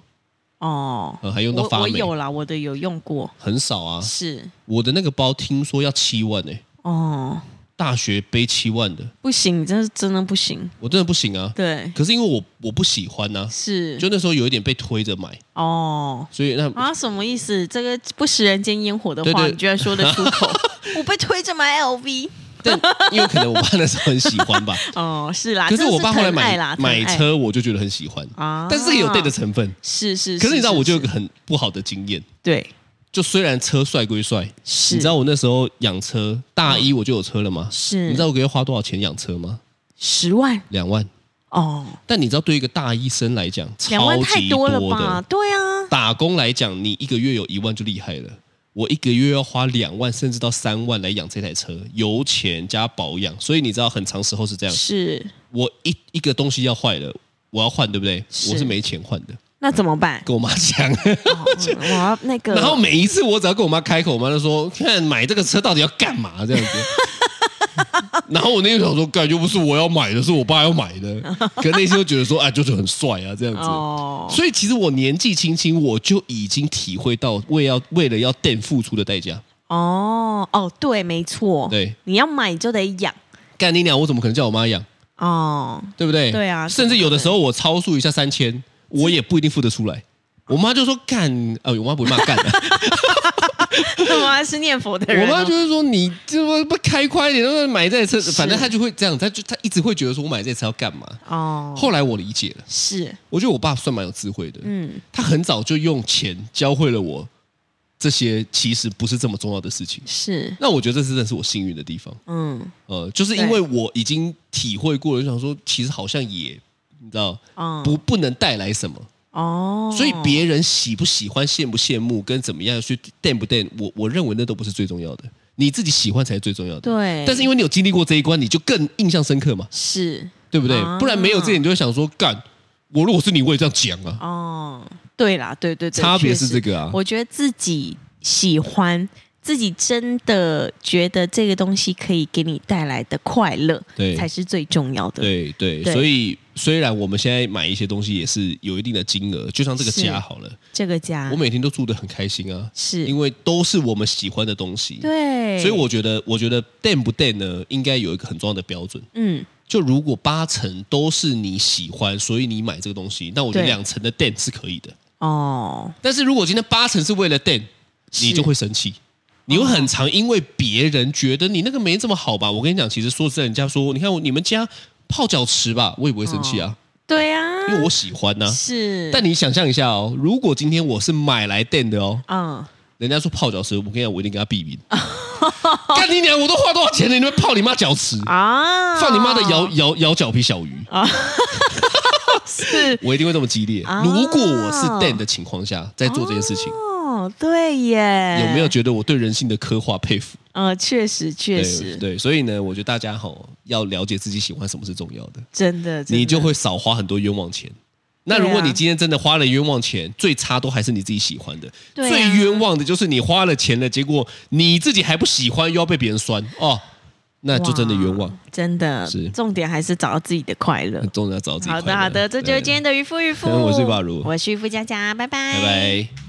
Speaker 2: 哦，
Speaker 3: 呃，还用到
Speaker 2: 我
Speaker 3: 发
Speaker 2: 我
Speaker 3: 霉，
Speaker 2: 有啦，我的有用过，
Speaker 3: 很少啊。
Speaker 2: 是
Speaker 3: 我的那个包听说要七万哎、
Speaker 2: 哦，
Speaker 3: 大学背七万的，
Speaker 2: 不行，这是真的不行，
Speaker 3: 我真的不行啊。
Speaker 2: 对，
Speaker 3: 可是因为我我不喜欢呐、
Speaker 2: 是
Speaker 3: 就那时候有一点被推着买，
Speaker 2: 哦
Speaker 3: 所以那
Speaker 2: 啊，什么意思？这个不食人间烟火的话，
Speaker 3: 对对
Speaker 2: 你居然说得出 口？我被推着买 LV
Speaker 3: 但因为可能我爸那时候很喜欢 吧，
Speaker 2: 哦，是啦，
Speaker 3: 可是
Speaker 2: 这
Speaker 3: 我爸后来
Speaker 2: 疼爱
Speaker 3: 买
Speaker 2: 啦，疼爱
Speaker 3: 买车，我就觉得很喜欢，
Speaker 2: 啊，
Speaker 3: 但是这个有对的成分。
Speaker 2: 是是，
Speaker 3: 可是你知道，我就有个
Speaker 2: 是
Speaker 3: 很不好的经验，
Speaker 2: 对
Speaker 3: 就虽然车帅归帅，
Speaker 2: 是，
Speaker 3: 你知道我那时候养车，大一我就有车了嘛，
Speaker 2: 是，
Speaker 3: 你知道我给月花多少钱养车吗？
Speaker 2: 十万
Speaker 3: 两万。
Speaker 2: 哦，
Speaker 3: 但你知道，对一个大一生来讲，
Speaker 2: 两
Speaker 3: 超
Speaker 2: 万太
Speaker 3: 级
Speaker 2: 多了吧
Speaker 3: 的。？
Speaker 2: 对啊，
Speaker 3: 打工来讲，你一个月有一万就厉害了。我一个月要花两万甚至到三万来养这台车，油钱加保养，所以你知道很长时候是这样，
Speaker 2: 是，
Speaker 3: 我一一个东西要坏了，我要换，对不对？
Speaker 2: 是
Speaker 3: 我是没钱换的，
Speaker 2: 那怎么办？
Speaker 3: 跟我妈讲。
Speaker 2: 哦我要那个，
Speaker 3: 然后每一次我只要跟我妈开口，我妈就说：“看买这个车到底要干嘛？”这 样子。然后我那天想说，干又不是我要买的，是我爸要买 的。可内心又觉得说，哎，就是很帅啊，这样子。
Speaker 2: 哦，
Speaker 3: 所以其实我年纪轻轻，我就已经体会到为要为了要垫付出的代价。
Speaker 2: 哦，哦，对，没错，
Speaker 3: 对，
Speaker 2: 你要买就得养
Speaker 3: 干你娘，我怎么可能叫我妈养？
Speaker 2: 哦，
Speaker 3: 对不对？
Speaker 2: 对啊
Speaker 3: 甚至有的时候我超速一下三千，我也不一定付得出来。我妈就说干，呃，我妈不会骂干、啊，
Speaker 2: 我妈是念佛的
Speaker 3: 我
Speaker 2: 人哦，
Speaker 3: 妈就会说你这不不开快一点，那买这台车，反正她就会这样，她就她一直会觉得说我买这台车要干嘛。
Speaker 2: 哦，
Speaker 3: 后来我理解了，
Speaker 2: 是，
Speaker 3: 我觉得我爸算蛮有智慧的，
Speaker 2: 嗯，
Speaker 3: 他很早就用钱教会了我这些其实不是这么重要的事情。
Speaker 2: 是，
Speaker 3: 那我觉得这是真的是我幸运的地方，
Speaker 2: 嗯，
Speaker 3: 呃，就是因为我已经体会过了，就想说其实好像也你知道
Speaker 2: 哦，
Speaker 3: 不不能带来什么，
Speaker 2: 哦，
Speaker 3: 所以别人喜不喜欢、羡不羡慕跟怎么样去淡不淡，我我认为那都不是最重要的，你自己喜欢才是最重要的。
Speaker 2: 对，
Speaker 3: 但是因为你有经历过这一关，你就更印象深刻嘛，
Speaker 2: 是，
Speaker 3: 对不对？
Speaker 2: 啊
Speaker 3: 不然没有这点，你就会想说，干，我如果是你，我也这样讲啊。
Speaker 2: 哦，对啦，对对对，
Speaker 3: 差别
Speaker 2: 确
Speaker 3: 是
Speaker 2: 实
Speaker 3: 这个啊，
Speaker 2: 我觉得自己喜欢，自己真的觉得这个东西可以给你带来的快乐，
Speaker 3: 对
Speaker 2: 才是最重要的。
Speaker 3: 对对，
Speaker 2: 对
Speaker 3: 所以虽然我们现在买一些东西也是有一定的金额，就像这个
Speaker 2: 是
Speaker 3: 家好了，
Speaker 2: 这个家
Speaker 3: 我每天都住得很开心啊，
Speaker 2: 是
Speaker 3: 因为都是我们喜欢的东西。
Speaker 2: 对，
Speaker 3: 所以我觉得，我觉得淡不淡呢，应该有一个很重要的标准。
Speaker 2: 嗯
Speaker 3: 就如果八成都是你喜欢，所以你买这个东西，那我觉得
Speaker 2: 对
Speaker 3: 两成的 d 是可以的。
Speaker 2: 哦
Speaker 3: 但是如果今天八成是为了 d 你
Speaker 2: 是
Speaker 3: 就会生气，你会很常因为别人觉得你那个没这么好吧？我跟你讲，其实说真的，人家说你看我你们家泡脚池吧，我也不会生气啊，
Speaker 2: 对啊，
Speaker 3: 因为我喜欢呐、
Speaker 2: 是
Speaker 3: 但你想象一下哦，如果今天我是买来 d 的哦，
Speaker 2: 嗯
Speaker 3: 人家说泡脚池，我跟你讲，我一定跟他 避免。干你娘！我都花多少钱了，你们泡你妈脚池，
Speaker 2: 啊，
Speaker 3: 放你妈的摇摇摇脚皮小鱼。
Speaker 2: 是
Speaker 3: 我一定会这么激烈。
Speaker 2: 啊
Speaker 3: 如果我是 Dan 的情况下在做这件事情，
Speaker 2: 哦，对耶，
Speaker 3: 有没有？觉得我对人性的刻画佩服？
Speaker 2: 呃，确实确
Speaker 3: 对
Speaker 2: 实，
Speaker 3: 对，所以呢，我觉得大家吼要了解自己喜欢什么是重要的，
Speaker 2: 真的，真的
Speaker 3: 你就会少花很多冤枉钱。那
Speaker 2: 对啊
Speaker 3: 如果你今天真的花了冤枉钱，最差都还是你自己喜欢的。
Speaker 2: 对啊
Speaker 3: 最冤枉的就是你花了钱了，结果你自己还不喜欢，又要被别人酸哦，那就真的冤枉
Speaker 2: 哇。，真的
Speaker 3: 是
Speaker 2: 重点还是找到自己的快乐
Speaker 3: 很。重要，找到自己
Speaker 2: 好
Speaker 3: 快
Speaker 2: 的，
Speaker 3: 乐
Speaker 2: 好的，这就是
Speaker 3: 对
Speaker 2: 今天的渔夫渔夫，
Speaker 3: 我是巴如
Speaker 2: 我是渔夫佳佳，拜拜，
Speaker 3: 拜拜。